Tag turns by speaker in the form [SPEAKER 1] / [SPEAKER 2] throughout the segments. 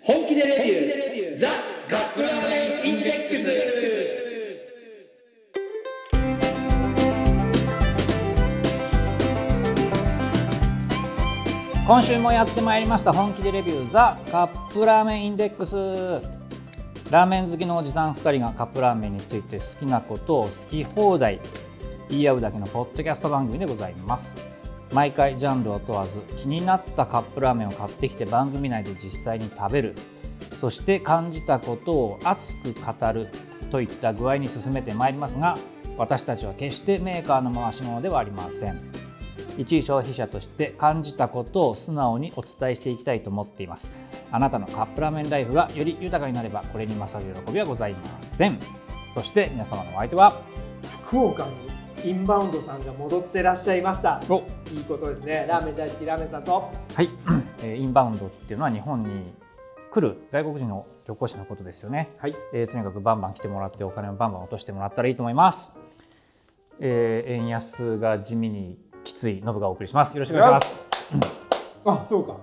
[SPEAKER 1] 本気でレビューザ・カップラーメンインデックス
[SPEAKER 2] 今週もやってまいりました本気でレビューザカップラーメンインデックスラーメン好きのおじさん2人がカップラーメンについて好きなことを好き放題言い合うだけのポッドキャスト番組でございます毎回ジャンルを問わず気になったカップラーメンを買ってきて番組内で実際に食べるそして感じたことを熱く語るといった具合に進めてまいりますが私たちは決してメーカーの回し物ではありません一消費者として感じたことを素直にお伝えしていきたいと思っていますあなたのカップラーメンライフがより豊かになればこれに勝る喜びはございませんそして皆様のお相手は
[SPEAKER 3] 福岡にインバウンドさんが戻ってらっしゃいました
[SPEAKER 2] お
[SPEAKER 3] いいことですねラーメン大好きラーメンさんと
[SPEAKER 2] はい、えーインバウンドっていうのは日本に来る外国人の旅行者のことですよね、
[SPEAKER 3] はい
[SPEAKER 2] えーとにかくバンバン来てもらってお金をバンバン落としてもらったらいいと思います、えー円安が地味にきついノブがお送りしますよろしくお願いします
[SPEAKER 3] あそうか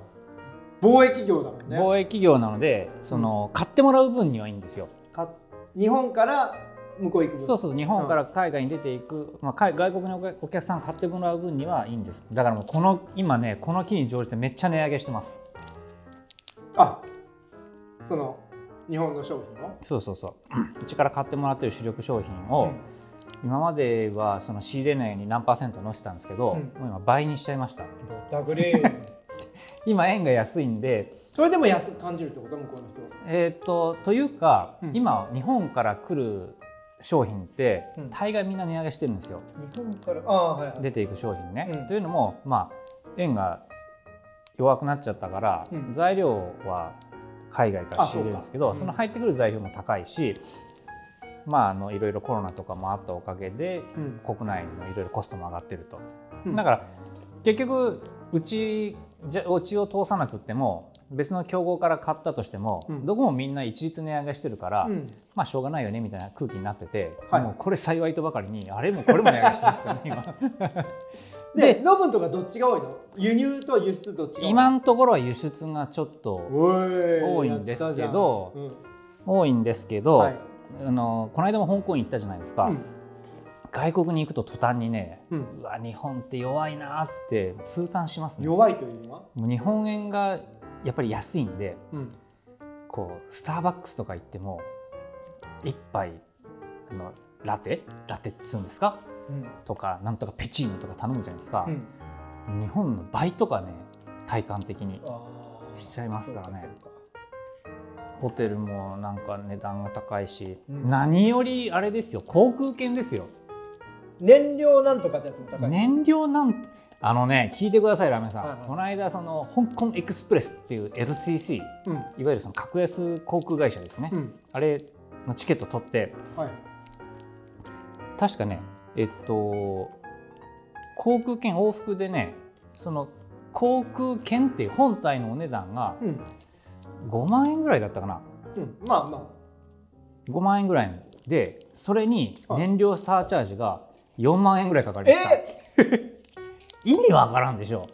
[SPEAKER 3] 貿易業だもんね
[SPEAKER 2] 貿易業なのでその、買ってもらう分にはいいんですよ
[SPEAKER 3] か日本から向こう行く分
[SPEAKER 2] そうそう日本から海外に出ていく、まあ、海外国のお客お客さん買ってもらう分にはいいんですだからもうこの今ねこの機に乗じてめっちゃ値上げしてます
[SPEAKER 3] あその日本の商品を
[SPEAKER 2] そうそうそううちから買ってもらってる主力商品を、
[SPEAKER 3] うん
[SPEAKER 2] 今まではその仕入れ値に何パーセント載せたんですけど、
[SPEAKER 3] うん
[SPEAKER 2] もう今倍にしちゃいました
[SPEAKER 3] ダグレー
[SPEAKER 2] 今円が安いんで
[SPEAKER 3] それでも安く感じるってこと向こうの人
[SPEAKER 2] えー、とというか、
[SPEAKER 3] うん
[SPEAKER 2] 今日本から来る商品って、
[SPEAKER 3] うん
[SPEAKER 2] 大概みんな値上げしてるんですよ
[SPEAKER 3] 日本からああはいは
[SPEAKER 2] 出ていく商品ね。
[SPEAKER 3] うん
[SPEAKER 2] というのも、まあ、円が弱くなっちゃったから、
[SPEAKER 3] うん
[SPEAKER 2] 材料は海外から仕入れるんですけど
[SPEAKER 3] あ
[SPEAKER 2] そ,、
[SPEAKER 3] そうかうん
[SPEAKER 2] の入ってくる材料も高いし、まあ、あのいろいろコロナとかもあったおかげで
[SPEAKER 3] うん
[SPEAKER 2] 国内のいろいろコストも上がってると。
[SPEAKER 3] うん
[SPEAKER 2] だから結局うちじゃうちを通さなくっても別の競合から買ったとしても、
[SPEAKER 3] うん
[SPEAKER 2] どこもみんな一律値上げしてるから、
[SPEAKER 3] うん
[SPEAKER 2] まあしょうがないよねみたいな空気になってて、
[SPEAKER 3] はい
[SPEAKER 2] もうこれ幸いとばかりにあれもこれも値上げしてますからね今。
[SPEAKER 3] でノブンとかどっちが多いの輸入と輸出どっちが多い
[SPEAKER 2] 今のところは輸出がちょっと
[SPEAKER 3] おー
[SPEAKER 2] 多いんですけど
[SPEAKER 3] やったじ
[SPEAKER 2] 多いんですけ
[SPEAKER 3] ゃん
[SPEAKER 2] ど、
[SPEAKER 3] うんはい
[SPEAKER 2] あのこの間も香港に行ったじゃないですか、
[SPEAKER 3] うん
[SPEAKER 2] 外国に行くと途端にね
[SPEAKER 3] うん
[SPEAKER 2] うわ日本って弱いなって痛感しますねも
[SPEAKER 3] 弱いというのは、
[SPEAKER 2] う日本円がやっぱり安いんで
[SPEAKER 3] うん、
[SPEAKER 2] こうスターバックスとか行っても一杯あのラテラテっつうんですかとかなんとかペチーノとか頼むじゃないですか、
[SPEAKER 3] うん
[SPEAKER 2] 日本の倍とかね体感的に
[SPEAKER 3] あー
[SPEAKER 2] しちゃいますからね
[SPEAKER 3] そうか
[SPEAKER 2] ホテルもなんか値段が高いし、
[SPEAKER 3] うん
[SPEAKER 2] 何よりあれですよ航空券ですよ
[SPEAKER 3] 燃料なんとかってやつも高い、
[SPEAKER 2] 燃料なんてあのね聞いてくださいラーメンさん、
[SPEAKER 3] はいはい
[SPEAKER 2] この間その香港エクスプレスっていう LCC い
[SPEAKER 3] うん
[SPEAKER 2] わゆるその格安航空会社ですね、
[SPEAKER 3] うん
[SPEAKER 2] あれのチケット取って
[SPEAKER 3] はい
[SPEAKER 2] 確かねえっと航空券往復でねその航空券っていう本体のお値段が
[SPEAKER 3] うん
[SPEAKER 2] 5万円ぐらいだったかな
[SPEAKER 3] うん、まあま
[SPEAKER 2] 5万円ぐらいでそれに燃料サーチャージが4万円ぐらいかか
[SPEAKER 3] あ
[SPEAKER 2] りました、意味わからんでしょ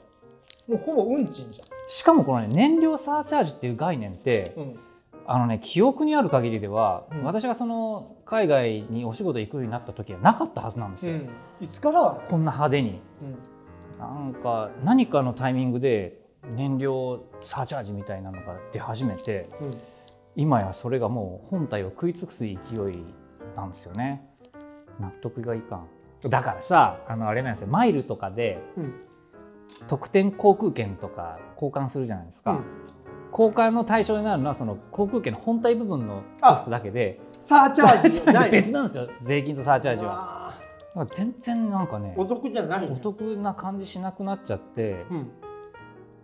[SPEAKER 3] もうほぼ運賃じ
[SPEAKER 2] しかもこの、ね、燃料サーチャージっていう概念って、
[SPEAKER 3] ゃん、うん、
[SPEAKER 2] あのね記憶にある限りでは、
[SPEAKER 3] うん
[SPEAKER 2] 私がその海外にお仕事行くようになった時はなかったはずなんですよ、
[SPEAKER 3] いつから、
[SPEAKER 2] こんな派手に
[SPEAKER 3] うん、
[SPEAKER 2] なんか何かのタイミングで燃料サーチャージみたいなのが出始めて
[SPEAKER 3] うん、
[SPEAKER 2] 今やそれがもう本体を食い尽くす勢いなんですよね納得がいかんだからさあのあれなんですよマイルとかで
[SPEAKER 3] うん、
[SPEAKER 2] 特典航空券とか交換するじゃないですか、交換の対象になるのはその航空券の本体部分のコストだけで
[SPEAKER 3] サーチ
[SPEAKER 2] サ
[SPEAKER 3] ャー
[SPEAKER 2] ー
[SPEAKER 3] ジ
[SPEAKER 2] チ
[SPEAKER 3] じゃ
[SPEAKER 2] ャー
[SPEAKER 3] な
[SPEAKER 2] ジ
[SPEAKER 3] い
[SPEAKER 2] 別なんですよ税金とサーチャージは
[SPEAKER 3] は
[SPEAKER 2] だから全然なんかね
[SPEAKER 3] お得じゃない
[SPEAKER 2] お
[SPEAKER 3] ね
[SPEAKER 2] 得な感じしなくなっちゃって
[SPEAKER 3] うん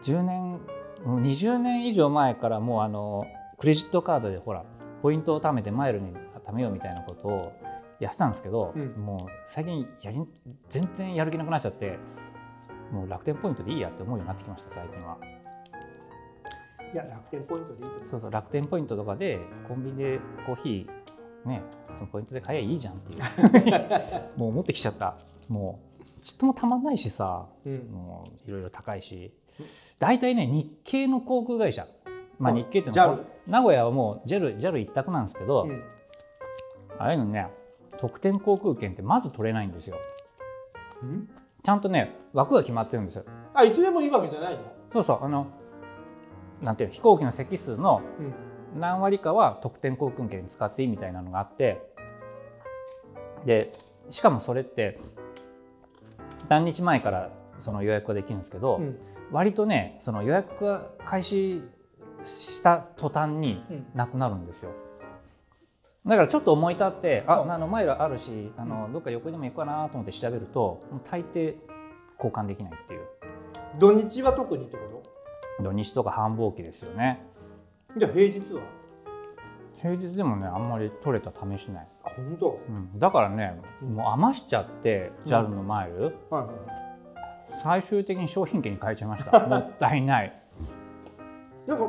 [SPEAKER 2] 10年もう20年以上前からもうあのクレジットカードでほらポイントを貯めてマイルに貯めようみたいなことをやってたんですけど、
[SPEAKER 3] うん
[SPEAKER 2] もう最近やり全然やる気なくなっちゃってもう楽天ポイントでいいやって思うようになってきました最近は。
[SPEAKER 3] いや楽天ポイントでいいと思う
[SPEAKER 2] そうそう楽天ポイントとかでコンビニでコーヒーねそのポイントで買えばいいじゃんっていう もう持ってきちゃったもうちっともたまんないしさ
[SPEAKER 3] うん
[SPEAKER 2] もういろいろ高いし大体ね日系の航空会社まあ、
[SPEAKER 3] うん
[SPEAKER 2] 日系っていうのは
[SPEAKER 3] ジャル
[SPEAKER 2] 名古屋はもう JAL, JAL 一択なんですけど、
[SPEAKER 3] うん
[SPEAKER 2] ああいうのね特典航空券ってまず取れないんですよ
[SPEAKER 3] うん
[SPEAKER 2] ちゃんとね枠が決まってるんですよ
[SPEAKER 3] あいつでもいいわけじゃないの、
[SPEAKER 2] そうそうあのなんていうの飛行機の席数の
[SPEAKER 3] うん、
[SPEAKER 2] 何割かは特典航空券使っていいみたいなのがあってでしかもそれって何日前からその予約ができるんですけど、
[SPEAKER 3] うん
[SPEAKER 2] 割とねその予約が開始した途端に
[SPEAKER 3] うん
[SPEAKER 2] なくなるんですよ、だからちょっと思い立ってあ
[SPEAKER 3] うん
[SPEAKER 2] あのマイルあるしあのどっか横でも行くかなと思って調べるともう大抵交換できないっていう
[SPEAKER 3] 土日は特にってこ
[SPEAKER 2] 土日とか繁忙期ですよね
[SPEAKER 3] とじゃあ平日は
[SPEAKER 2] 平日でもねあんまり取れた試しない
[SPEAKER 3] あ本当
[SPEAKER 2] うん、だからねもう余しちゃって JAL のマイル、
[SPEAKER 3] はいはいは
[SPEAKER 2] 最終的に商品券に変えちゃいましたもったいない
[SPEAKER 3] いなんか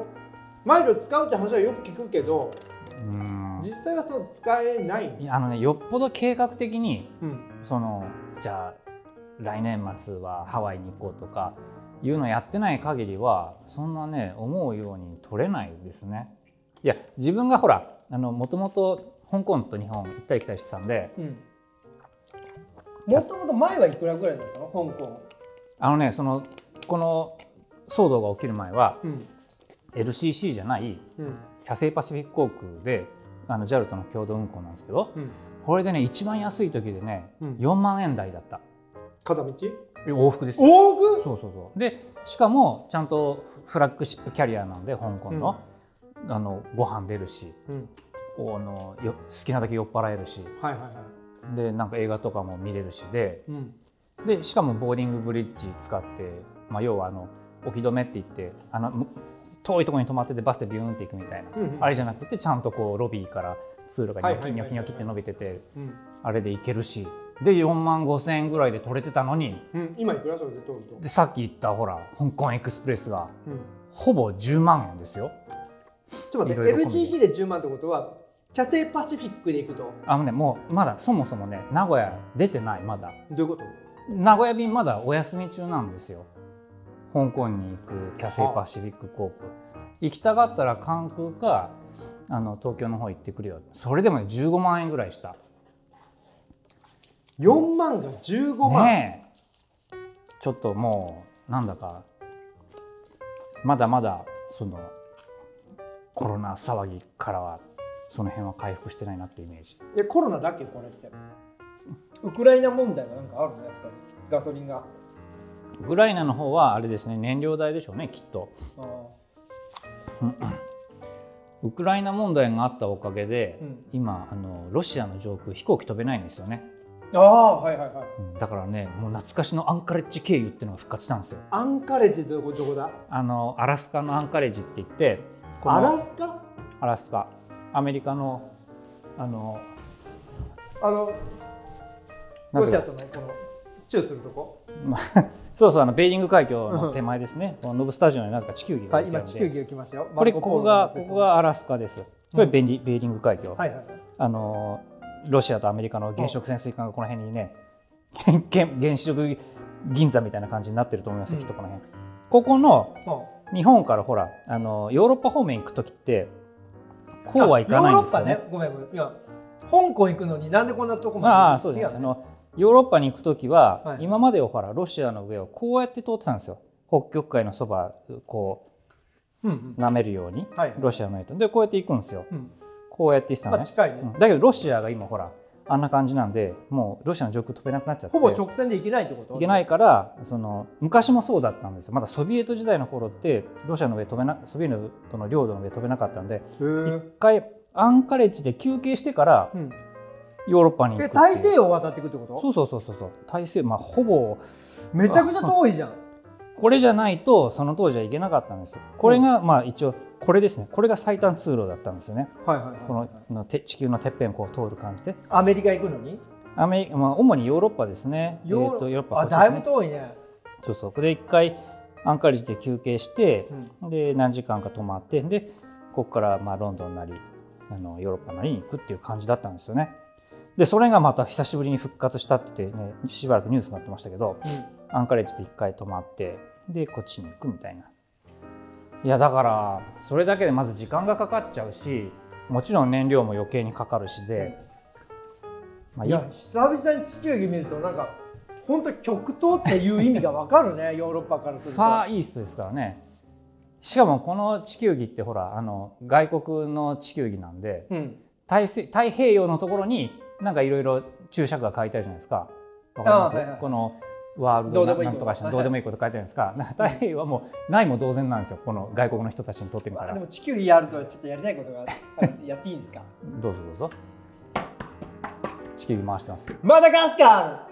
[SPEAKER 3] マイル使うって話はよく聞くけど
[SPEAKER 2] うん
[SPEAKER 3] 実際はそう使えないん
[SPEAKER 2] い
[SPEAKER 3] だ、
[SPEAKER 2] やあのねよっぽど計画的に
[SPEAKER 3] うん、
[SPEAKER 2] そのじゃあ来年末はハワイに行こうとかいうのやってない限りはそんなね思うように取れないですねいや自分がほらもともと香港と日本行ったり来たりしてたんで
[SPEAKER 3] もともと前はいくらぐらいだったの香港、
[SPEAKER 2] あのねそのこの騒動が起きる前は
[SPEAKER 3] うん
[SPEAKER 2] LCC じゃない
[SPEAKER 3] うん
[SPEAKER 2] キャセイパシフィック航空であの JAL との共同運航なんですけど
[SPEAKER 3] うん、
[SPEAKER 2] これでね一番安い時でね、
[SPEAKER 3] うん
[SPEAKER 2] 4万円台だった
[SPEAKER 3] 片道
[SPEAKER 2] 往復ですよ
[SPEAKER 3] 多く
[SPEAKER 2] そうそうそうでしかもちゃんとフラッグシップキャリアなんで香港の,、あのご飯出るし
[SPEAKER 3] うん、
[SPEAKER 2] あのよ好きなだけ酔っ払えるし
[SPEAKER 3] はいはいはい、
[SPEAKER 2] でなんか映画とかも見れるしで
[SPEAKER 3] うん、
[SPEAKER 2] でしかもボーディングブリッジ使って、まあ、要はあの置き止めって言ってあのむ遠いところに泊まっててバスでビューンって行くみたいな、
[SPEAKER 3] うんうん
[SPEAKER 2] あれじゃなくてちゃんとこうロビーから通路がニョキニョキニョキって伸びてて。
[SPEAKER 3] うん
[SPEAKER 2] あれでいけるしで4万5千円ぐらいで取れてたのに
[SPEAKER 3] うん、今いくらそれで通ると、
[SPEAKER 2] でさっき言ったほら香港エクスプレスが
[SPEAKER 3] うん、
[SPEAKER 2] ほぼ10万円ですよ
[SPEAKER 3] ちょっと待
[SPEAKER 2] いろ
[SPEAKER 3] っ
[SPEAKER 2] いろ
[SPEAKER 3] て
[SPEAKER 2] 込み
[SPEAKER 3] LCC で10万ってことはキャセイパシフィックで行くと
[SPEAKER 2] あのねもうまだそもそもね名古屋出てないまだ
[SPEAKER 3] どういうこと
[SPEAKER 2] 名古屋便まだお休み中なんですよ香港に行くキャセイパシフィック航空行きたかったら関空かあの東京の方行ってくるよそれでもね15万円ぐらいした
[SPEAKER 3] 4万が15万、
[SPEAKER 2] ねえちょっともうなんだかまだまだそのコロナ騒ぎからはその辺は回復してないなっていうイメージ
[SPEAKER 4] でコロナだっけこれってウクライナ問題がなんかあるのやっぱりガソリンが
[SPEAKER 2] ウクライナの方はあれですね燃料代でしょうねきっと
[SPEAKER 4] あー
[SPEAKER 2] ウクライナ問題があったおかげで、
[SPEAKER 4] うん
[SPEAKER 2] 今あのロシアの上空飛行機飛べないんですよね、
[SPEAKER 4] あーはいはいはい
[SPEAKER 2] うんだからねもう懐かしのアンカレッジ経由っていうのが復活したんですよ
[SPEAKER 3] アンカレッジってどこどこだ
[SPEAKER 2] あのアラスカのアンカレッジって言ってこの
[SPEAKER 3] アラスカ
[SPEAKER 2] アラスカアメリカのあの
[SPEAKER 3] あの
[SPEAKER 2] なん
[SPEAKER 3] ロ
[SPEAKER 2] ていう
[SPEAKER 3] シ
[SPEAKER 2] か
[SPEAKER 3] アとのこのチューするとこ
[SPEAKER 2] まあそうそうあのベーリング海峡の手前ですね、このノブスタジオになんか地球儀が
[SPEAKER 3] はい
[SPEAKER 2] 置い
[SPEAKER 3] 今
[SPEAKER 2] てあるん
[SPEAKER 3] 地
[SPEAKER 2] で、
[SPEAKER 3] 球儀が来ましたよ
[SPEAKER 2] これ
[SPEAKER 3] マルコ
[SPEAKER 2] こ
[SPEAKER 3] ポ
[SPEAKER 2] こ
[SPEAKER 3] ーロの
[SPEAKER 2] が
[SPEAKER 3] やつで
[SPEAKER 2] こ
[SPEAKER 3] す
[SPEAKER 2] こがアラスカですこれベンリベーリング海峡、
[SPEAKER 3] はいはいはい
[SPEAKER 2] あのーロシアとアメリカの原子力潜水艦がこの辺にね 原原子力銀座みたいな感じになってると思いますよ、
[SPEAKER 3] うん
[SPEAKER 2] きっとこの辺ここの
[SPEAKER 3] うん
[SPEAKER 2] 日本からほらあのーヨーロッパ方面行く時ってこうはいかないんですよ
[SPEAKER 3] あヨー
[SPEAKER 2] ね
[SPEAKER 3] ロッパねごめんごめんいや香港行くのになんでこんなとこまで
[SPEAKER 2] ああそうです
[SPEAKER 3] 違
[SPEAKER 2] ね
[SPEAKER 3] う
[SPEAKER 2] あのヨーロッパに行く時は、
[SPEAKER 3] はい
[SPEAKER 2] 今まではほらロシアの上をこうやって通ってたんですよ北極海のそばこ
[SPEAKER 3] うんうん
[SPEAKER 2] う舐めるように、
[SPEAKER 3] はい
[SPEAKER 2] ロシアの上とでこうやって行くんですよ
[SPEAKER 3] うん
[SPEAKER 2] こうやって行ってた
[SPEAKER 3] ま
[SPEAKER 2] の
[SPEAKER 3] あ
[SPEAKER 2] ね、
[SPEAKER 3] 近いね、
[SPEAKER 2] うんだけどロシアが今ほらあんな感じなんでもうロシアの上空飛べなくなっちゃって
[SPEAKER 3] ほぼ直線で行けないってこと
[SPEAKER 2] 行けないからその昔もそうだったんですよまだソビエト時代の頃ってロシアの上飛べなソビエトの領土の上飛べなかったんで
[SPEAKER 3] へー
[SPEAKER 2] 一回アンカレッジで休憩してから
[SPEAKER 3] うん
[SPEAKER 2] ヨーロッパに行くっ
[SPEAKER 4] で
[SPEAKER 2] ていう
[SPEAKER 4] 大西洋を渡っていくってこと
[SPEAKER 2] そうそうそうそうそう大西洋まあほぼ
[SPEAKER 4] めちゃくちゃ遠いじゃん
[SPEAKER 2] これじゃないとその当時は行けなかったんですよこれが、まあ一応これですねこれが最短通路だったんですよね
[SPEAKER 4] はいはいはい
[SPEAKER 2] こののて地球のてっぺんをこう通る感じで
[SPEAKER 4] アメリカ行くのに
[SPEAKER 2] アメリカ、まあ、主にヨーロッパですね
[SPEAKER 4] ヨーロ
[SPEAKER 2] えーとヨーロッパこ
[SPEAKER 4] あ
[SPEAKER 2] っちです
[SPEAKER 4] だい
[SPEAKER 2] ね
[SPEAKER 4] ぶ遠いね
[SPEAKER 2] そうそうこれ一回アンカレッジで休憩して、で何時間か泊まってでここからまあロンドンなりあのヨーロッパなりに行くっていう感じだったんですよね。でそれがまた久しぶりに復活したって言って、ね、しばらくニュースになってましたけど、アンカレッジで一回泊まってでこっちに行くみたいないやだからそれだけでまず時間がかかっちゃうしもちろん燃料も余計にかかるしで、まあ、
[SPEAKER 4] いや久々に地球儀見るとなんか本当極東っていう意味がわかる ねヨーロッパからする
[SPEAKER 2] フ
[SPEAKER 4] と
[SPEAKER 2] ァーイーストですからねしかもこの地球儀ってほらあの外国の地球儀なんで
[SPEAKER 4] うん、
[SPEAKER 2] 太水太平洋のところになんかいろいろ注釈が書いてあるじゃないですかわかります、
[SPEAKER 4] あはいはい
[SPEAKER 2] このワール
[SPEAKER 4] ど
[SPEAKER 2] ド
[SPEAKER 4] うで
[SPEAKER 2] な
[SPEAKER 4] もいい
[SPEAKER 2] な
[SPEAKER 4] こ
[SPEAKER 2] んと
[SPEAKER 4] と
[SPEAKER 2] かし
[SPEAKER 4] は
[SPEAKER 2] て
[SPEAKER 4] い
[SPEAKER 2] どうでもいいこと書いてあるじゃないですか だから太平洋はもうないも同然なんですよこの外国の人たちにとってみた
[SPEAKER 4] あ
[SPEAKER 2] ら
[SPEAKER 4] でも地球儀やるとはちょっとやりたいことがあるやっていいんですか
[SPEAKER 2] どうぞどうぞ地球儀回してます
[SPEAKER 4] マダガスカ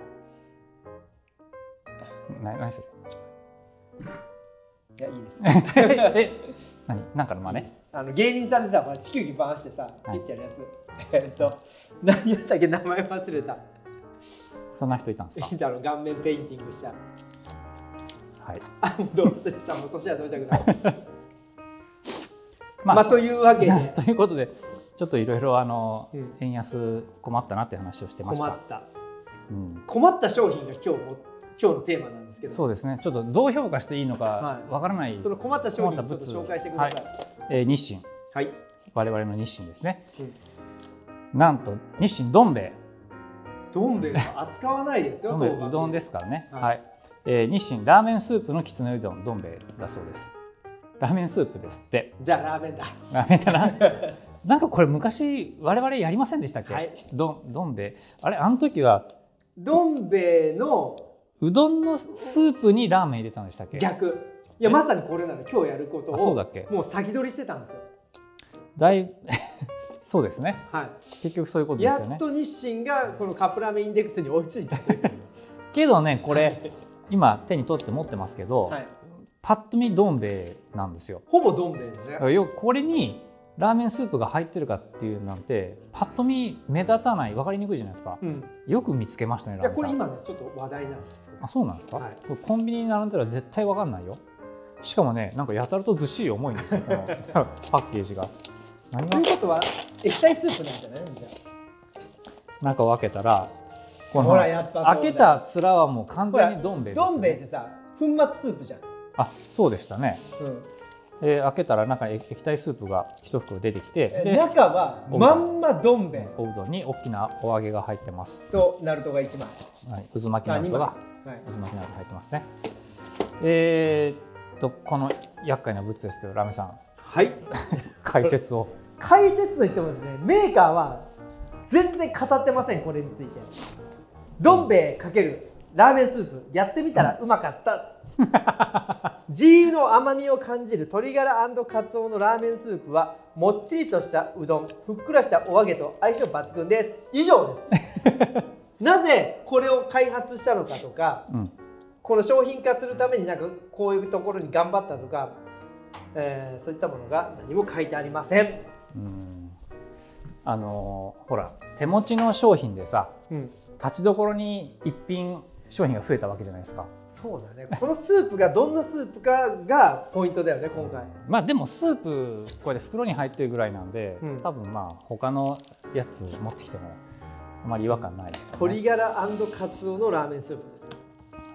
[SPEAKER 2] な何それ
[SPEAKER 4] ルいやいいです
[SPEAKER 2] え何なんかの真似
[SPEAKER 4] あの芸人さんでさほら地球儀回してさ
[SPEAKER 2] はい
[SPEAKER 4] ピッてやるやつ、えっと何やったっけ名前忘れた
[SPEAKER 2] そんな人いたんですか
[SPEAKER 4] いいだろう顔面ペインティングした
[SPEAKER 2] はい
[SPEAKER 4] あもうどうせしたもう年は取りたくない
[SPEAKER 2] まあ、
[SPEAKER 4] まあという わけ
[SPEAKER 2] じゃあ
[SPEAKER 4] で
[SPEAKER 2] ということでちょっといろいろあの、
[SPEAKER 4] うん
[SPEAKER 2] 円安困ったなって話をしてました
[SPEAKER 4] 困った
[SPEAKER 2] うん、
[SPEAKER 4] 困った商品が今日も今日のテーマなんですけど
[SPEAKER 2] そうですねちょっとどう評価していいのか
[SPEAKER 4] はい
[SPEAKER 2] わからない、
[SPEAKER 4] その困った商品をちょ
[SPEAKER 2] 困
[SPEAKER 4] っと紹
[SPEAKER 2] った物
[SPEAKER 4] 介してください。
[SPEAKER 2] えー日清
[SPEAKER 4] はい。
[SPEAKER 2] 我々の日清ですね、なんと日清どん兵衛
[SPEAKER 4] どん兵衛は扱わないですよ。
[SPEAKER 2] どん兵衛
[SPEAKER 4] 当番
[SPEAKER 2] うどんですからね、
[SPEAKER 4] はい
[SPEAKER 2] はいえー日清ラーメンスープのきつねうどんどん兵衛だそうですラーメンスープですって
[SPEAKER 4] じゃあラーメンだ。
[SPEAKER 2] ラーメンだ ななんかこれ昔我々やりませんでしたっけ、
[SPEAKER 4] はい
[SPEAKER 2] どんどん兵衛あれあの時は
[SPEAKER 4] どん兵衛の
[SPEAKER 2] うどんのスープにラーメン入れたんでしたっけ
[SPEAKER 4] 逆。いやまさにこれなの今日やること
[SPEAKER 2] あそうだ
[SPEAKER 4] を
[SPEAKER 2] っけ
[SPEAKER 4] もう先取りしてたんですよ。
[SPEAKER 2] だい そうですね
[SPEAKER 4] は
[SPEAKER 2] 結局そういうこと
[SPEAKER 4] い。
[SPEAKER 2] で
[SPEAKER 4] や
[SPEAKER 2] すよね
[SPEAKER 4] っと日清がこのカップラーメンインデックスに追いついた。
[SPEAKER 2] けどねこれ今手に取って持ってますけど、
[SPEAKER 4] はい。
[SPEAKER 2] パッと見どん兵衛なんですよ
[SPEAKER 4] ほぼどん兵衛だね
[SPEAKER 2] だか。らよこれにラーメンスープが入ってるかっていうなんてパッと見目立たない分かりにくいじゃないですか
[SPEAKER 4] うん。
[SPEAKER 2] よく見つけましたね
[SPEAKER 4] い
[SPEAKER 2] ラー
[SPEAKER 4] や
[SPEAKER 2] メン
[SPEAKER 4] こ
[SPEAKER 2] さ
[SPEAKER 4] れ
[SPEAKER 2] ん
[SPEAKER 4] 今ねちょっと話題なんですよ。
[SPEAKER 2] あそうなんですか、
[SPEAKER 4] はい
[SPEAKER 2] これコンビニに並んでたら絶対分かんないよしかもねなんかやたらとずっしり重いんですよこの パッケージが何
[SPEAKER 4] と
[SPEAKER 2] が
[SPEAKER 4] いうことは液体スープなんじゃない じゃ
[SPEAKER 2] 中を開けたらこ
[SPEAKER 4] ほらやっぱそうだ
[SPEAKER 2] 開けた面はもう完全にどん兵衛で
[SPEAKER 4] あ。
[SPEAKER 2] すよね
[SPEAKER 4] どん兵衛ってさ粉末スープじゃん。
[SPEAKER 2] あそうでしたね、
[SPEAKER 4] うん。
[SPEAKER 2] えー開けたら中に液体スープが一袋出てきて
[SPEAKER 4] え
[SPEAKER 2] で
[SPEAKER 4] 中はまんまどん兵衛
[SPEAKER 2] おうどんに大きなお揚げが入ってます、
[SPEAKER 4] とナルトが一枚。
[SPEAKER 2] はい、渦巻きなどが
[SPEAKER 4] はい。
[SPEAKER 2] 渦巻きなど入ってますねえー、っとこの厄介な物ですけどラメさん
[SPEAKER 4] はい。
[SPEAKER 2] 解説 を
[SPEAKER 4] 解説といってもですね、メーカーは全然語ってません、これについて。どん兵衛かけるラーメンスープ、やってみたらうまかった。自由の甘みを感じる鶏ガラカツオのラーメンスープはもっちりとしたうどんふっくらしたお揚げと相性抜群です以上ですなぜこれを開発したのかとか
[SPEAKER 2] うん
[SPEAKER 4] この商品化するためになんかこういうところに頑張ったとか、えーそういったものが何も書いてありません、
[SPEAKER 2] うんあのーほら手持ちの商品でさ立ちどころに一品商品が増えたわけじゃないですか
[SPEAKER 4] そうだねこのスープがどんなスープかがポイントだよね今回
[SPEAKER 2] まあでもスープこれで袋に入ってるぐらいなんで、
[SPEAKER 4] うん
[SPEAKER 2] 多分まあ他のやつ持ってきてもあまり違和感ないですよね、
[SPEAKER 4] 鶏ガラカツオのラーメンスープです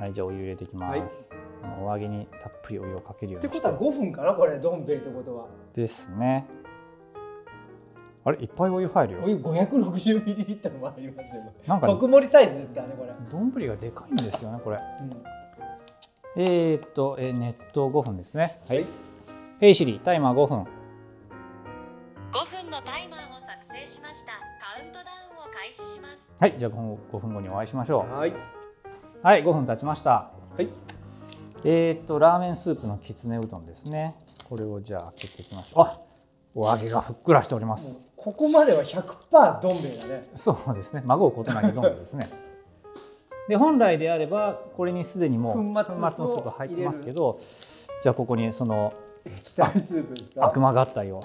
[SPEAKER 2] はいじゃあお湯入れていきます、このお揚げにたっぷりお湯をかけるよ
[SPEAKER 4] っ
[SPEAKER 2] う
[SPEAKER 4] て
[SPEAKER 2] に
[SPEAKER 4] ことは5分かなこれどん兵衛ってことは
[SPEAKER 2] ですねあれいっぱいお湯入るよ
[SPEAKER 4] お湯 560ml もありますよ
[SPEAKER 2] なんか
[SPEAKER 4] 特盛りサイズですからねこれ、
[SPEAKER 2] 丼がでかいんですよねこれえー、っと、えー、熱湯5分ですね
[SPEAKER 4] はい
[SPEAKER 2] ペイシリタイマー5分
[SPEAKER 5] 5分のタイマーを作成しましたカウントダウンを開始します
[SPEAKER 2] はいじゃあ 5, 分5分後にお会いしましょ
[SPEAKER 4] はい、
[SPEAKER 2] うはい5分経ちました
[SPEAKER 4] はい、
[SPEAKER 2] えー、っとラーメンスープのきつねうどんですねこれをじゃあ開けていきましょうあお揚げがふっくらしております、
[SPEAKER 4] ここまでは100%どん兵衛だね
[SPEAKER 2] そうですね孫をことなきどんどんです ねで本来であればこれにすでにもう
[SPEAKER 4] 粉
[SPEAKER 2] 粉
[SPEAKER 4] 末
[SPEAKER 2] 末のスープ入ってますけどじゃあここにその
[SPEAKER 4] 液体スープですか
[SPEAKER 2] 悪魔合体を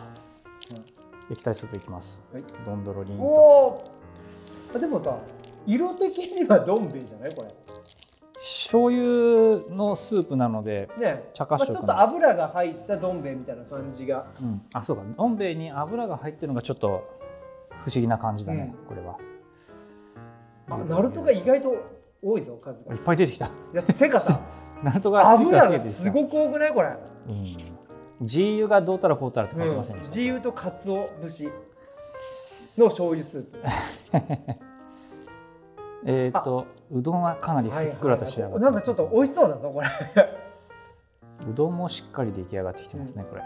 [SPEAKER 2] 液体スープいきます、
[SPEAKER 4] はい
[SPEAKER 2] どんどろりん
[SPEAKER 4] お
[SPEAKER 2] と
[SPEAKER 4] おーあでもさ色的にはどん兵衛じゃないこれ
[SPEAKER 2] 醤油のスープなので、
[SPEAKER 4] ね
[SPEAKER 2] 茶褐色
[SPEAKER 4] まあちょっと油が入ったどん兵衛みたいな感じが
[SPEAKER 2] うん、あそうかどん兵衛に油が入ってるのがちょっと不思議な感じだね、これは
[SPEAKER 4] あナルトが意外と多いぞ数が
[SPEAKER 2] いっ
[SPEAKER 4] い
[SPEAKER 2] ぱい出てきた
[SPEAKER 4] やてかさ
[SPEAKER 2] ナルトが
[SPEAKER 4] 油
[SPEAKER 2] つい
[SPEAKER 4] が
[SPEAKER 2] てきた
[SPEAKER 4] すごく多くないこれ
[SPEAKER 2] うん、 GU がどうたらこうたらって書いてませんでした、
[SPEAKER 4] 自由とカツオ節の醤油スープ
[SPEAKER 2] えっ、とうどんはかなりふっくらと仕上がってます、
[SPEAKER 4] なんかちょっと美味しそうだぞこれ
[SPEAKER 2] うどんもしっかり出来上がってきてますね、これ。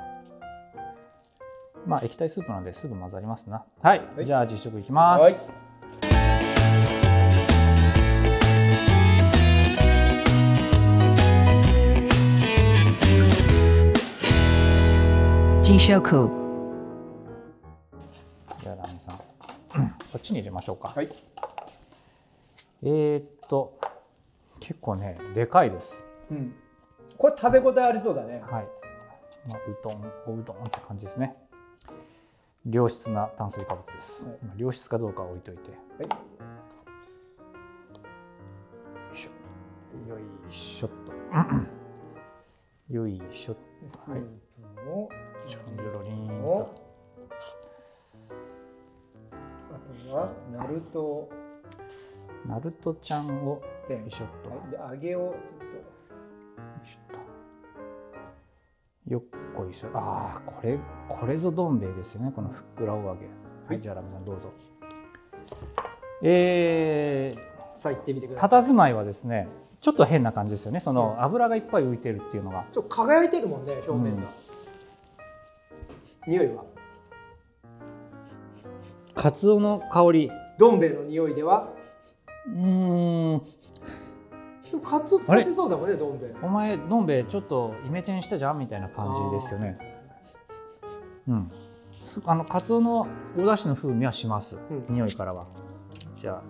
[SPEAKER 2] まあ液体スープなんですぐ混ざりますな。はい、
[SPEAKER 4] はい
[SPEAKER 2] じゃあ実食いきます。
[SPEAKER 4] はい
[SPEAKER 2] じゃあラーメンさん、こ っちに入れましょうか。
[SPEAKER 4] はい
[SPEAKER 2] えー、っと、結構ね、でかいです。
[SPEAKER 4] うんこれ食べ応えありそうだね
[SPEAKER 2] はい。まあ、うどん、おうどんって感じですね。良質な炭水化物です。
[SPEAKER 4] はい
[SPEAKER 2] まあ良質かどうかは置いといて。よいしょ。よいしょっと。 よいしょっと。
[SPEAKER 4] スープを
[SPEAKER 2] ジョロリン
[SPEAKER 4] お
[SPEAKER 2] と。
[SPEAKER 4] あとはナルト
[SPEAKER 2] ナルトちゃんを
[SPEAKER 4] で
[SPEAKER 2] よいしょっと。よ
[SPEAKER 4] で揚げをちょっ
[SPEAKER 2] いしょっと。よっこいしょ。ああ、これ、これぞどん兵衛ですよね。このふっくらお揚げ。はい、じゃあラムさんどうぞ。えー、
[SPEAKER 4] とさあ行ってみてください
[SPEAKER 2] 佇まいはですねちょっと変な感じですよねその油がいっぱい浮いてるっていうのが
[SPEAKER 4] ちょっと輝いてるもんね表面が、匂いは
[SPEAKER 2] カツオの香り
[SPEAKER 4] どん兵衛の匂いでは
[SPEAKER 2] うーん
[SPEAKER 4] でもカツオ使ってそうだもんねどん兵衛
[SPEAKER 2] お前どん兵衛ちょっとイメチェンしたじゃんみたいな感じですよねうんすあのカツオのお出汁の風味はします、
[SPEAKER 4] うん
[SPEAKER 2] 匂いからはじゃあ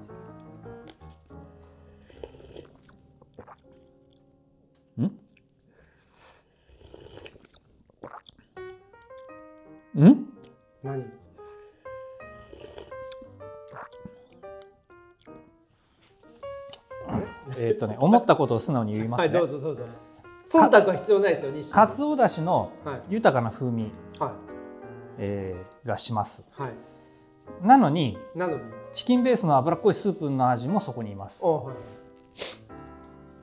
[SPEAKER 2] んん
[SPEAKER 4] 何
[SPEAKER 2] えーっとね、思ったことを素直に言います
[SPEAKER 4] はい
[SPEAKER 2] ね
[SPEAKER 4] ど。うぞどうぞ忖度は必要ないですよ西
[SPEAKER 2] かつおだしの
[SPEAKER 4] はい
[SPEAKER 2] 豊かな風味、
[SPEAKER 4] は
[SPEAKER 2] えーがします。
[SPEAKER 4] いはい
[SPEAKER 2] なのに、
[SPEAKER 4] なのに
[SPEAKER 2] チキンベースの脂っこいスープの味もそこにいます。
[SPEAKER 4] おはい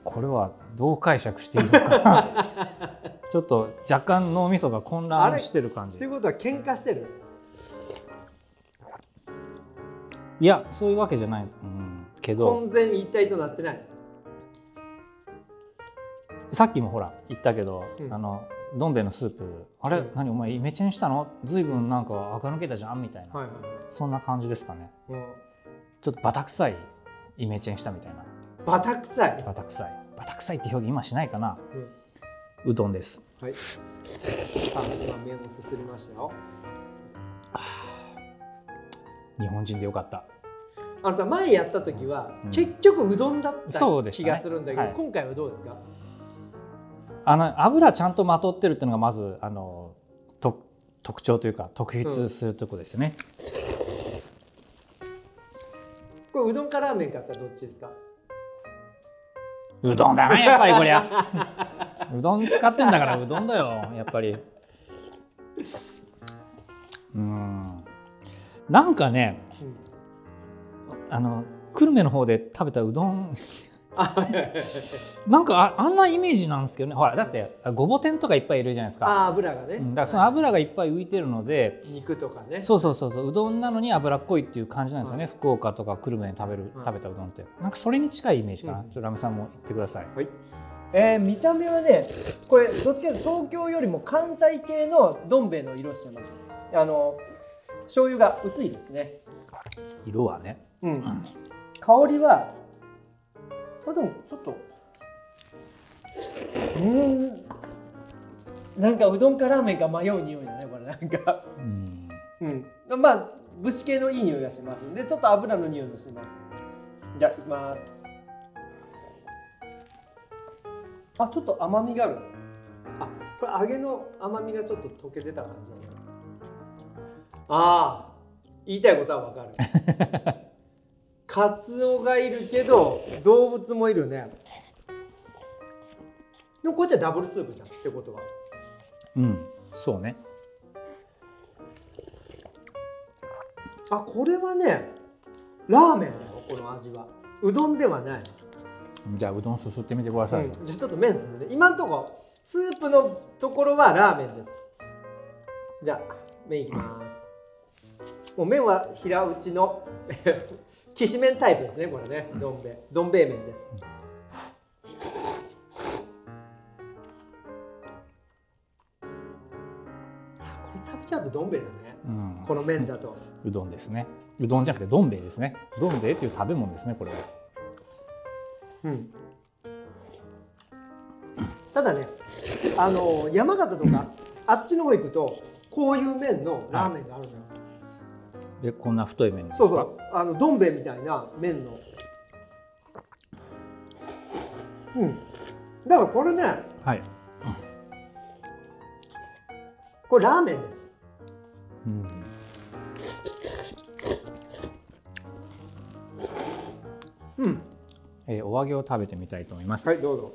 [SPEAKER 2] これはどう解釈していいのか。 ちょっと若干脳みそが混乱してる感じ
[SPEAKER 4] とい。うことは喧嘩してる
[SPEAKER 2] いや、そういうわけじゃないんです。うん、けど、
[SPEAKER 4] 混然一体となってない
[SPEAKER 2] さっきもほら、言ったけど、
[SPEAKER 4] うん
[SPEAKER 2] あの。どん兵衛のスープあれ、
[SPEAKER 4] うん
[SPEAKER 2] 何お前イメチェンしたのずいぶんなんか垢抜けたじゃんみたいな、
[SPEAKER 4] はいはい
[SPEAKER 2] そんな感じですかね
[SPEAKER 4] うん
[SPEAKER 2] ちょっとバタ臭いイメチェンしたみたいな
[SPEAKER 4] バタ臭い
[SPEAKER 2] バタ臭いバタ臭いって表現今しないかな、うどんです
[SPEAKER 4] はいさあ今麺をすすりましたよ
[SPEAKER 2] 日本人でよかった
[SPEAKER 4] あのさ前やった時は、
[SPEAKER 2] うん
[SPEAKER 4] 結局うどんだった
[SPEAKER 2] そうでし
[SPEAKER 4] 気
[SPEAKER 2] たね
[SPEAKER 4] がするんだけど、
[SPEAKER 2] はい
[SPEAKER 4] 今回はどうですか
[SPEAKER 2] あの油ちゃんとまとってるっていうのがまずあのと特徴というか特筆するとこですよね、
[SPEAKER 4] これうどんかラーメンかってどっちで すか
[SPEAKER 2] うどんだなやっぱりこり ゃうどん使ってんだからうどんだよやっぱりうんなんかね、あの久留米の方で食べたうどんなんかああんなイメージなんですけどねほらだってごぼ天とかいっぱいいるじゃないですか、
[SPEAKER 4] ああ油がね、
[SPEAKER 2] うん、だからその油がいっぱい浮いてるので、
[SPEAKER 4] 肉とかね
[SPEAKER 2] そうそうそうそううどんなのに脂っこいっていう感じなんですよね、
[SPEAKER 4] は
[SPEAKER 2] 福岡とか久留米で食べる、
[SPEAKER 4] はい
[SPEAKER 2] 食べたうどんってなんかそれに近いイメージかな、
[SPEAKER 4] うん
[SPEAKER 2] ちょっとラムさんも言ってください
[SPEAKER 4] えー見た目はねこれどっちかというと東京よりも関西系のどん兵衛の色してますあの醤油が薄いですね
[SPEAKER 2] 色はね
[SPEAKER 4] うん、香りはこれでもちょっとうんなんかうどんかラーメンか迷う匂いだねこれなんか
[SPEAKER 2] うん
[SPEAKER 4] うんまあ武士系のいい匂いがしますでちょっと油の匂いもしますじゃあいきますあちょっと甘みがあるあこれ揚げの甘みがちょっと溶け出た感じだねああ言いたいことはわかる カツオがいるけど動物もいるねでもこれってダブルスープじゃんってことは
[SPEAKER 2] うんそうね
[SPEAKER 4] あこれはねラーメンだよこの味はうどんではない、
[SPEAKER 2] じゃあうどんすすってみてくだ
[SPEAKER 4] う
[SPEAKER 2] さい、
[SPEAKER 4] ん、じゃあちょっと麺すする今んとこスープのところはラーメンですじゃあ麺いきますもう麺は平打ちの きしめんタイプですねこれねどん兵衛どん兵衛麺ですあこれ食べちゃうとどん兵衛だね
[SPEAKER 2] うん
[SPEAKER 4] この麺だと
[SPEAKER 2] うどんですねうどんじゃなくてどん兵衛ですねどん兵衛っていう食べ物ですねこれは
[SPEAKER 4] うんただねあの山形とかあっちの方行くとこういう麺のラーメンがあるのよ、
[SPEAKER 2] でこんな太い麺です
[SPEAKER 4] そうそうあのどん兵衛みたいな麺のうんだからこれね
[SPEAKER 2] はい、
[SPEAKER 4] これラーメンです
[SPEAKER 2] うん、
[SPEAKER 4] うん
[SPEAKER 2] えーお揚げを食べてみたいと思います、
[SPEAKER 4] はいどうぞ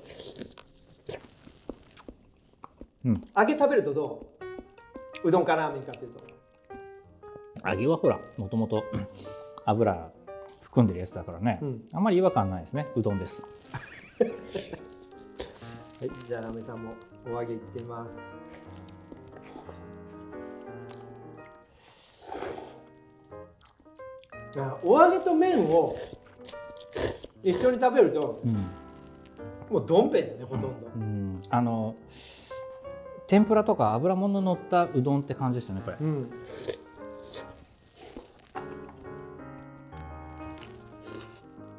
[SPEAKER 2] うん、
[SPEAKER 4] 揚げ食べるとどううどんかラーメンかっていうと
[SPEAKER 2] 揚げはほらもとも とうん油含んでるやつだからね、
[SPEAKER 4] うん
[SPEAKER 2] あんまり違和感ないですねうどんです
[SPEAKER 4] はいじゃあラーメンさんもお揚げいってみますあお揚げと麺を一緒に食べると
[SPEAKER 2] うん、
[SPEAKER 4] もうどん兵衛だねほとんど、
[SPEAKER 2] うん、あの天ぷらとか油物の乗ったうどんって感じですよねこれ
[SPEAKER 4] うん。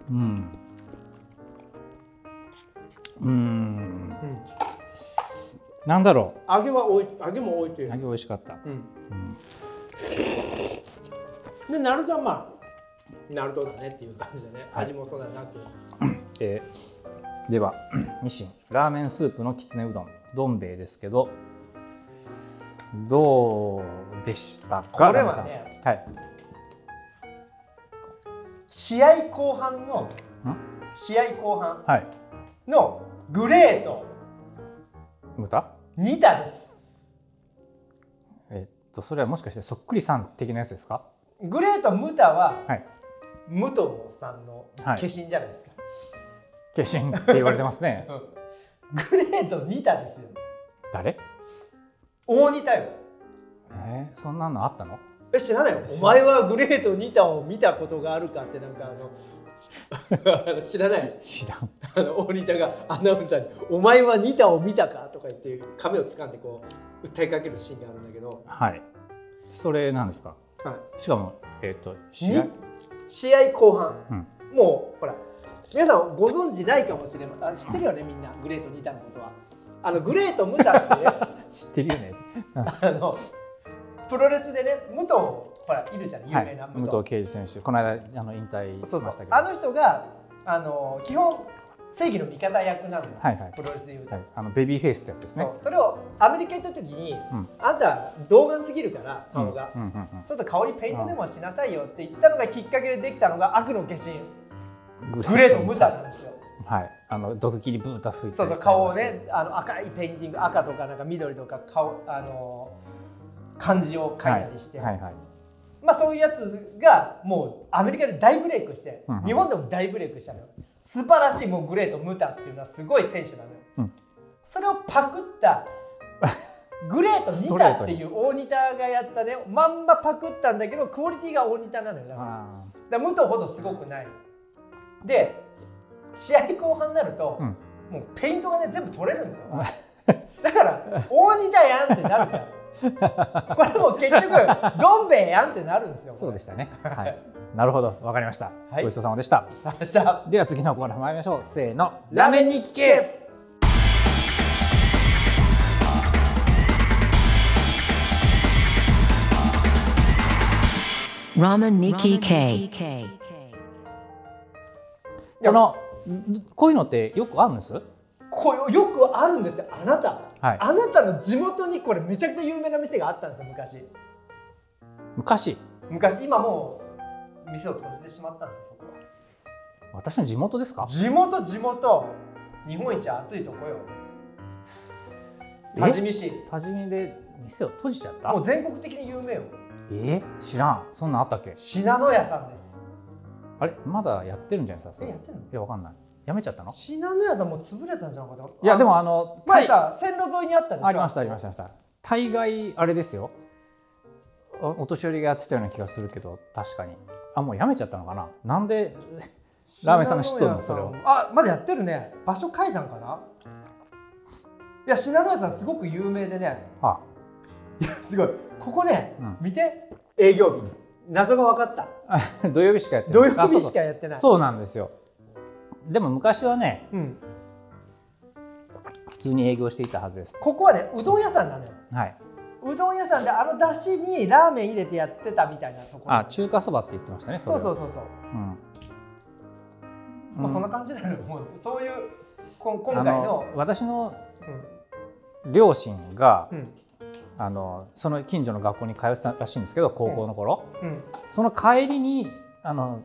[SPEAKER 2] うんうん
[SPEAKER 4] うん
[SPEAKER 2] なんだろ
[SPEAKER 4] 揚げはおい揚げも美味し
[SPEAKER 2] う
[SPEAKER 4] い。
[SPEAKER 2] 揚げ美味しかった
[SPEAKER 4] うん。
[SPEAKER 2] うん
[SPEAKER 4] でナルトはまあナルトだねっていう感じでね。味もそうだなく。
[SPEAKER 2] えーではニシンラーメンスープのきつねうどんどん兵衛ですけどどうでしたか
[SPEAKER 4] これは
[SPEAKER 2] ラーメ
[SPEAKER 4] ね
[SPEAKER 2] ンさんはい
[SPEAKER 4] 試合後半の
[SPEAKER 2] ん
[SPEAKER 4] 試合後半
[SPEAKER 2] はい
[SPEAKER 4] のグレート
[SPEAKER 2] 豚
[SPEAKER 4] ニタです。
[SPEAKER 2] えっとそれはもしかしてそっくりさん的なやつですか
[SPEAKER 4] グレートムタは
[SPEAKER 2] はい
[SPEAKER 4] 武藤さんの
[SPEAKER 2] はい
[SPEAKER 4] 化身じゃないですか。
[SPEAKER 2] 化身って言われてます ね
[SPEAKER 4] グレートニタですよ。
[SPEAKER 2] 誰
[SPEAKER 4] 大ニタよ。
[SPEAKER 2] えー、そんなのあったの
[SPEAKER 4] え知らないよ。お前はグレートニタを見たことがあるかってなんかあの 知らない。
[SPEAKER 2] 知らん
[SPEAKER 4] あの大仁田がアナウンサーに「お前は仁田を見たか?」とか言って髪を掴んでこう訴えかけるシーンがあるんだけど、
[SPEAKER 2] はいそれなんですかしかもえっと
[SPEAKER 4] に
[SPEAKER 2] 試合
[SPEAKER 4] 試合後半、
[SPEAKER 2] うん
[SPEAKER 4] もうほら皆さんご存知ないかもしれません知ってるよねみんなグレート仁田のことは。あのグレートムタって ね
[SPEAKER 2] 知ってるよね
[SPEAKER 4] あのプロレスでね武藤ほらいるじゃん有名な
[SPEAKER 2] はい
[SPEAKER 4] 武藤,、
[SPEAKER 2] 武藤敬司選手この間あの引退し
[SPEAKER 4] そうそ
[SPEAKER 2] ま
[SPEAKER 4] う
[SPEAKER 2] したけど
[SPEAKER 4] あの人があの基本正義の味方役なのよ、
[SPEAKER 2] はいはい
[SPEAKER 4] プロレスでいうと。
[SPEAKER 2] はい、あのベビーフェイスってやつですね
[SPEAKER 4] そうそれをアメリカ行った時に、
[SPEAKER 2] ん
[SPEAKER 4] あんた童顔すぎるから顔が、
[SPEAKER 2] うんうんうん
[SPEAKER 4] ちょっと顔にペイントでもしなさいよって言ったのがきっかけでできたのが悪の化身
[SPEAKER 2] うん
[SPEAKER 4] グレートムタなんですよ
[SPEAKER 2] はいあの毒切りブータ吹いて
[SPEAKER 4] そうそう顔をねあの赤いペインティング赤とかなんか緑とか顔あの漢字を書いたりして、
[SPEAKER 2] はいはいはい
[SPEAKER 4] まあそういうやつがもうアメリカで大ブレイクして、
[SPEAKER 2] うんうん
[SPEAKER 4] 日本でも大ブレイクしたのよ素晴らしいもうグレートムタっていうのはすごい選手なのよ、
[SPEAKER 2] うん
[SPEAKER 4] それをパクった グレート
[SPEAKER 2] ス
[SPEAKER 4] ニ
[SPEAKER 2] トレ
[SPEAKER 4] タ
[SPEAKER 2] ート
[SPEAKER 4] って
[SPEAKER 2] に
[SPEAKER 4] いう大ニタがやったねまんまパクったんだけどクオリティが大ニタなのよだから
[SPEAKER 2] あ
[SPEAKER 4] だから武藤ほどすごくないで試合後半になると、
[SPEAKER 2] うん
[SPEAKER 4] もうペイントがね全部取れるんですよだから大仁田やんってなるじゃん これもう結局どん兵衛やんってなるんですよ
[SPEAKER 2] ー
[SPEAKER 4] こ
[SPEAKER 2] そ
[SPEAKER 4] れ
[SPEAKER 2] うでしたねはいなるほどわかりました、
[SPEAKER 4] はい
[SPEAKER 2] ごちそうさまでした
[SPEAKER 4] さあじゃあ
[SPEAKER 2] では次のコーナー参りましょうせーの
[SPEAKER 4] ラーメン日記
[SPEAKER 6] ラーメンニキ K
[SPEAKER 2] このこういうのってよくあるんです
[SPEAKER 4] これよくあるんですよあなた、
[SPEAKER 2] はい
[SPEAKER 4] あなたの地元にこれめちゃくちゃ有名な店があったんですよ昔
[SPEAKER 2] 昔
[SPEAKER 4] 昔今もう店を閉じてしまったんですよそこは
[SPEAKER 2] 私の地元ですか
[SPEAKER 4] 地元地元日本一暑いとこよ
[SPEAKER 2] え
[SPEAKER 4] 多治見市
[SPEAKER 2] 多治見で店を閉じちゃった
[SPEAKER 4] もう全国的に有名よ
[SPEAKER 2] えー、知らんそんなんあったっけ
[SPEAKER 4] 信濃屋さんです
[SPEAKER 2] あれまだやってるんじゃないですかそ
[SPEAKER 4] え
[SPEAKER 2] れ
[SPEAKER 4] や
[SPEAKER 2] い
[SPEAKER 4] ってんの
[SPEAKER 2] やわかんないやめちゃったの
[SPEAKER 4] 信濃屋さんもう潰れたんじゃなかった
[SPEAKER 2] いやでも
[SPEAKER 4] あ
[SPEAKER 2] あの
[SPEAKER 4] 前さ線路沿いにあったでしょ
[SPEAKER 2] ありましたありましたありました大概あれですよおお年寄りがやってたような気がするけど確かにあもうやめちゃったのかななんでラーメンさんが知っとるのそれを
[SPEAKER 4] 品川屋さんあまだやってるね場所変えたんかないや信濃屋さんすごく有名でね
[SPEAKER 2] あ
[SPEAKER 4] いやすごいここね、
[SPEAKER 2] うん
[SPEAKER 4] 見て
[SPEAKER 3] 営業日謎が分かった
[SPEAKER 2] あ土曜日しかやってない
[SPEAKER 4] 土曜日しか
[SPEAKER 2] あ
[SPEAKER 4] やってない
[SPEAKER 2] そうそうそうなんですよでも昔はね
[SPEAKER 4] うん、
[SPEAKER 2] 普通に営業していたはずです
[SPEAKER 4] ここはねうどん屋さんなのよ
[SPEAKER 2] はいう
[SPEAKER 4] どん屋さんであの出汁にラーメン入れてやってたみたいなところ
[SPEAKER 2] あ中華そばって言ってましたね
[SPEAKER 4] そうそううそうそう、
[SPEAKER 2] うん
[SPEAKER 4] もうそんな
[SPEAKER 2] うん
[SPEAKER 4] 感じなのよもうそういうこん今
[SPEAKER 2] あ
[SPEAKER 4] 回の
[SPEAKER 2] の私の
[SPEAKER 4] うん
[SPEAKER 2] 両親が、
[SPEAKER 4] うん
[SPEAKER 2] あのその近所の学校に通ってたらしいんですけど高校の頃、
[SPEAKER 4] うん
[SPEAKER 2] その帰りにあの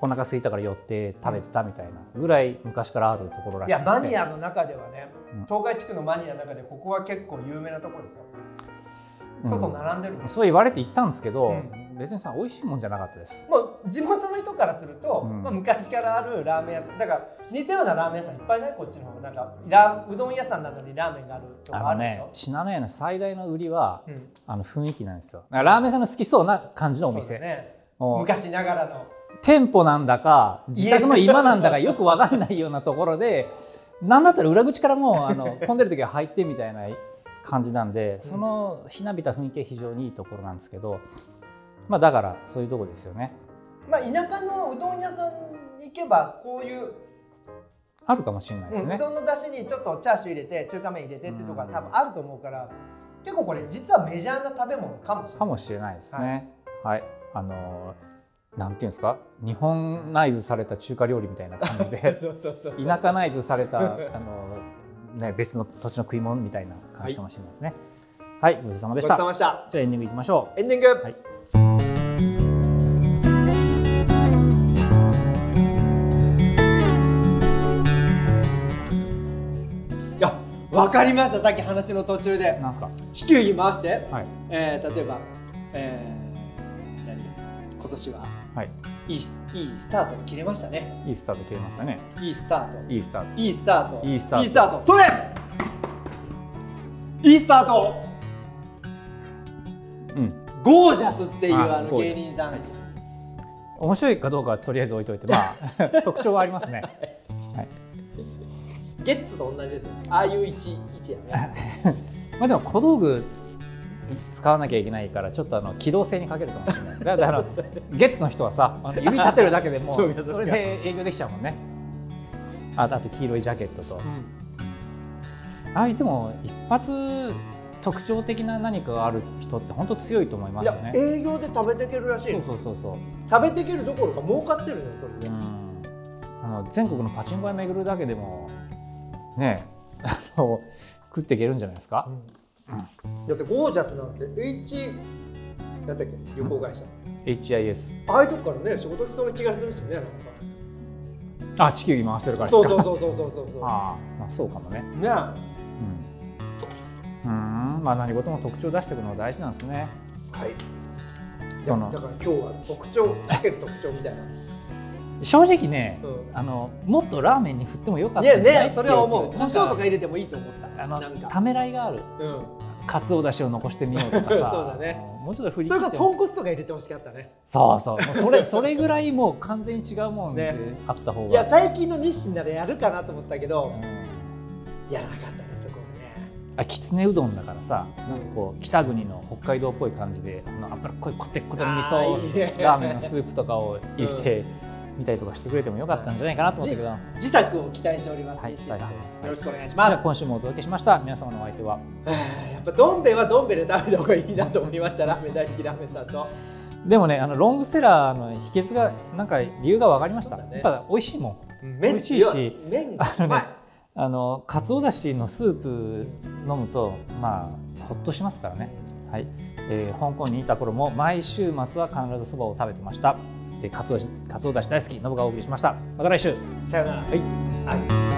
[SPEAKER 2] お腹空いたから寄って食べてたみたいなぐらい昔からあるところらし
[SPEAKER 4] い
[SPEAKER 2] い
[SPEAKER 4] やマ
[SPEAKER 2] ので
[SPEAKER 4] ニアの中ではね、
[SPEAKER 2] うん
[SPEAKER 4] 東海地区のマニアの中でここは結構有名なところですよ
[SPEAKER 2] うん
[SPEAKER 4] 外並んでるもんです、
[SPEAKER 2] そう言われて行ったんですけど、
[SPEAKER 4] うん
[SPEAKER 2] 別にさ美味しいもんじゃなかったです
[SPEAKER 4] もう地元の人からすると、
[SPEAKER 2] うん
[SPEAKER 4] まあ、昔からあるラーメン屋さんだから似たようなラーメン屋さんいっぱいないこっちの方なんかラーうどん屋さんなのにラーメンがあるとか
[SPEAKER 2] あ
[SPEAKER 4] あ
[SPEAKER 2] の
[SPEAKER 4] るでし
[SPEAKER 2] ね
[SPEAKER 4] ょ、
[SPEAKER 2] 信濃屋の最大の売りは、
[SPEAKER 4] うん
[SPEAKER 2] あの雰囲気なんですよだからラーメン屋さんの好きそうな感じのお
[SPEAKER 4] そう
[SPEAKER 2] 店、
[SPEAKER 4] だね
[SPEAKER 2] もう
[SPEAKER 4] 昔ながらの
[SPEAKER 2] 店舗なんだか自宅の今なんだかよくわかんないようなところで何だったら裏口から もうあの混んでる時は入ってみたいな感じなんでそのひなびた雰囲気は非常にいいところなんですけど、まあ、だからそういうとこですよね
[SPEAKER 4] まあ田舎のうどん屋さんに行けばこういう、
[SPEAKER 2] あるかもしれないで
[SPEAKER 4] う
[SPEAKER 2] す
[SPEAKER 4] んう
[SPEAKER 2] ね。
[SPEAKER 4] どんの出汁にちょっとチャーシュー入れて中華麺入れてってとか多分あると思うから結構これ実はメジャーな食べ物かもしれない
[SPEAKER 2] かもしれないですね。はい、あのーなんていうんですか、日本ナイズされた中華料理みたいな感 じで、田舎ナイズされたあのーね別の土地の食い物みたいな感じかもしれないですね。はい、ごちそうさまで
[SPEAKER 3] ごち
[SPEAKER 2] し
[SPEAKER 3] そうさ
[SPEAKER 2] た。じゃ
[SPEAKER 3] までした
[SPEAKER 2] あエンディングいきましょう。
[SPEAKER 3] エンディング、
[SPEAKER 2] はい
[SPEAKER 3] あ分かりましたさっき話の途中で
[SPEAKER 2] なんですか。
[SPEAKER 3] 地球儀回して、
[SPEAKER 2] はい
[SPEAKER 3] えー例えば、えー何今年は
[SPEAKER 2] はい、
[SPEAKER 3] いいスいいスタートを切れましたね
[SPEAKER 2] いいスタート切れましたね。
[SPEAKER 3] いいスタート
[SPEAKER 2] いいスター
[SPEAKER 3] いいスタート
[SPEAKER 2] いいスタート
[SPEAKER 3] いいスタートそれいいスタート
[SPEAKER 2] ト。うん。
[SPEAKER 3] ゴージャスっていう
[SPEAKER 2] あ
[SPEAKER 3] あの
[SPEAKER 2] ゴージャ
[SPEAKER 3] 芸
[SPEAKER 2] ス
[SPEAKER 3] 人さんです
[SPEAKER 2] 面白いかどうかはとりあえず置いといて、まあ 特徴はありますね。
[SPEAKER 3] ゲッツと同じですよああいう位置位置やね
[SPEAKER 2] まあでも小道具使わなきゃいけないからちょっとあの機動性に欠けるかもしれない。だからあのゲッツの人はさ、あの指立てるだけでも
[SPEAKER 3] そうか
[SPEAKER 2] う
[SPEAKER 3] そうか
[SPEAKER 2] それで営業できちゃうもんね。あとあと黄色いジャケットと。ああいうでも一発特徴的な何かがある人って本当強いと思いま
[SPEAKER 3] い
[SPEAKER 2] すよ
[SPEAKER 3] や
[SPEAKER 2] ね。
[SPEAKER 3] 営業で食べていけるらしい
[SPEAKER 2] そう
[SPEAKER 3] の
[SPEAKER 2] そうそうそう。
[SPEAKER 3] 食べていけるどころか儲かってるのよそれで
[SPEAKER 2] うんあの全国のパチンコ屋巡るだけでもねえあの食っていけるんじゃないですか。
[SPEAKER 3] だってゴージャスなんて H なんだっけ旅行会社
[SPEAKER 2] HIS。
[SPEAKER 3] ああいうとこからね仕事来そうな気がするしねなんか
[SPEAKER 2] あ地球儀回してるからです
[SPEAKER 3] そ
[SPEAKER 2] か。
[SPEAKER 3] うそうそうそうそうそうそ
[SPEAKER 2] ああ、まあ、そうかもね。
[SPEAKER 3] うねは
[SPEAKER 2] うん。うーん、まあ、何事も特徴を出していくのが大事なんですね。
[SPEAKER 3] い
[SPEAKER 2] そ
[SPEAKER 3] だ
[SPEAKER 2] の
[SPEAKER 3] から今日は特徴かける特徴みたいな、
[SPEAKER 2] 正直ね、
[SPEAKER 3] う
[SPEAKER 2] あの、もっとラーメンに振ってもよか
[SPEAKER 3] ん、
[SPEAKER 2] っ
[SPEAKER 3] い
[SPEAKER 2] た
[SPEAKER 3] や
[SPEAKER 2] んじゃない
[SPEAKER 3] ねそれは思う胡椒とか
[SPEAKER 2] か
[SPEAKER 3] 入れてもいいと思った
[SPEAKER 2] あ
[SPEAKER 3] な
[SPEAKER 2] の
[SPEAKER 3] ん、
[SPEAKER 2] た
[SPEAKER 3] か、
[SPEAKER 2] めらいがある。
[SPEAKER 3] うん、
[SPEAKER 2] かつおだしを残してみようとかさ。
[SPEAKER 3] そうだね
[SPEAKER 2] もうちょっと振り
[SPEAKER 3] そ
[SPEAKER 2] 切
[SPEAKER 3] れか
[SPEAKER 2] って
[SPEAKER 3] 豚骨とか入れてほしかったね
[SPEAKER 2] そうそう、もうそれ、それぐらいもう完全に違うもんで、
[SPEAKER 3] ね
[SPEAKER 2] あった方
[SPEAKER 3] い
[SPEAKER 2] が。
[SPEAKER 3] や最近の日清ならやるかなと思ったけ
[SPEAKER 2] う
[SPEAKER 3] ど
[SPEAKER 2] ん
[SPEAKER 3] やらなかったねそこはね
[SPEAKER 2] あきつねうどんだからさなんかこう北国の北海道っぽい感じであの脂っこいこってっことの味噌
[SPEAKER 3] あーいいね
[SPEAKER 2] ラーメンのスープとかを入れてみたりとかしてくれてもよかったんじゃないかなと思ったけど、はい、
[SPEAKER 3] 自作を期待しております、
[SPEAKER 2] はい
[SPEAKER 3] 西井さん
[SPEAKER 2] 期
[SPEAKER 3] よ
[SPEAKER 2] 待してます
[SPEAKER 3] ろしくお願いし
[SPEAKER 2] じゃあ
[SPEAKER 3] ます
[SPEAKER 2] 今週もお届けしました皆様のお相手は
[SPEAKER 3] やっぱどん兵衛はどん兵衛で食べた方がいいなと思いましたラーメン大好きラーメンさんと
[SPEAKER 2] でもねあのロングセラーの秘訣がなんか理由が分かりました、
[SPEAKER 3] そうだね
[SPEAKER 2] やっぱ美味しいもん
[SPEAKER 3] 麺
[SPEAKER 2] 美味しいし
[SPEAKER 3] 強い麺が
[SPEAKER 2] あの
[SPEAKER 3] う
[SPEAKER 2] ね
[SPEAKER 3] まい
[SPEAKER 2] あのかつおだしのスープ飲むとまあほっとしますからねはい、えー香港にいた頃も毎週末は必ずそばを食べてました、えー、かつおだしかつおだし大好きノブがお送りしましたまた来週
[SPEAKER 3] さよなら
[SPEAKER 2] はい
[SPEAKER 3] はい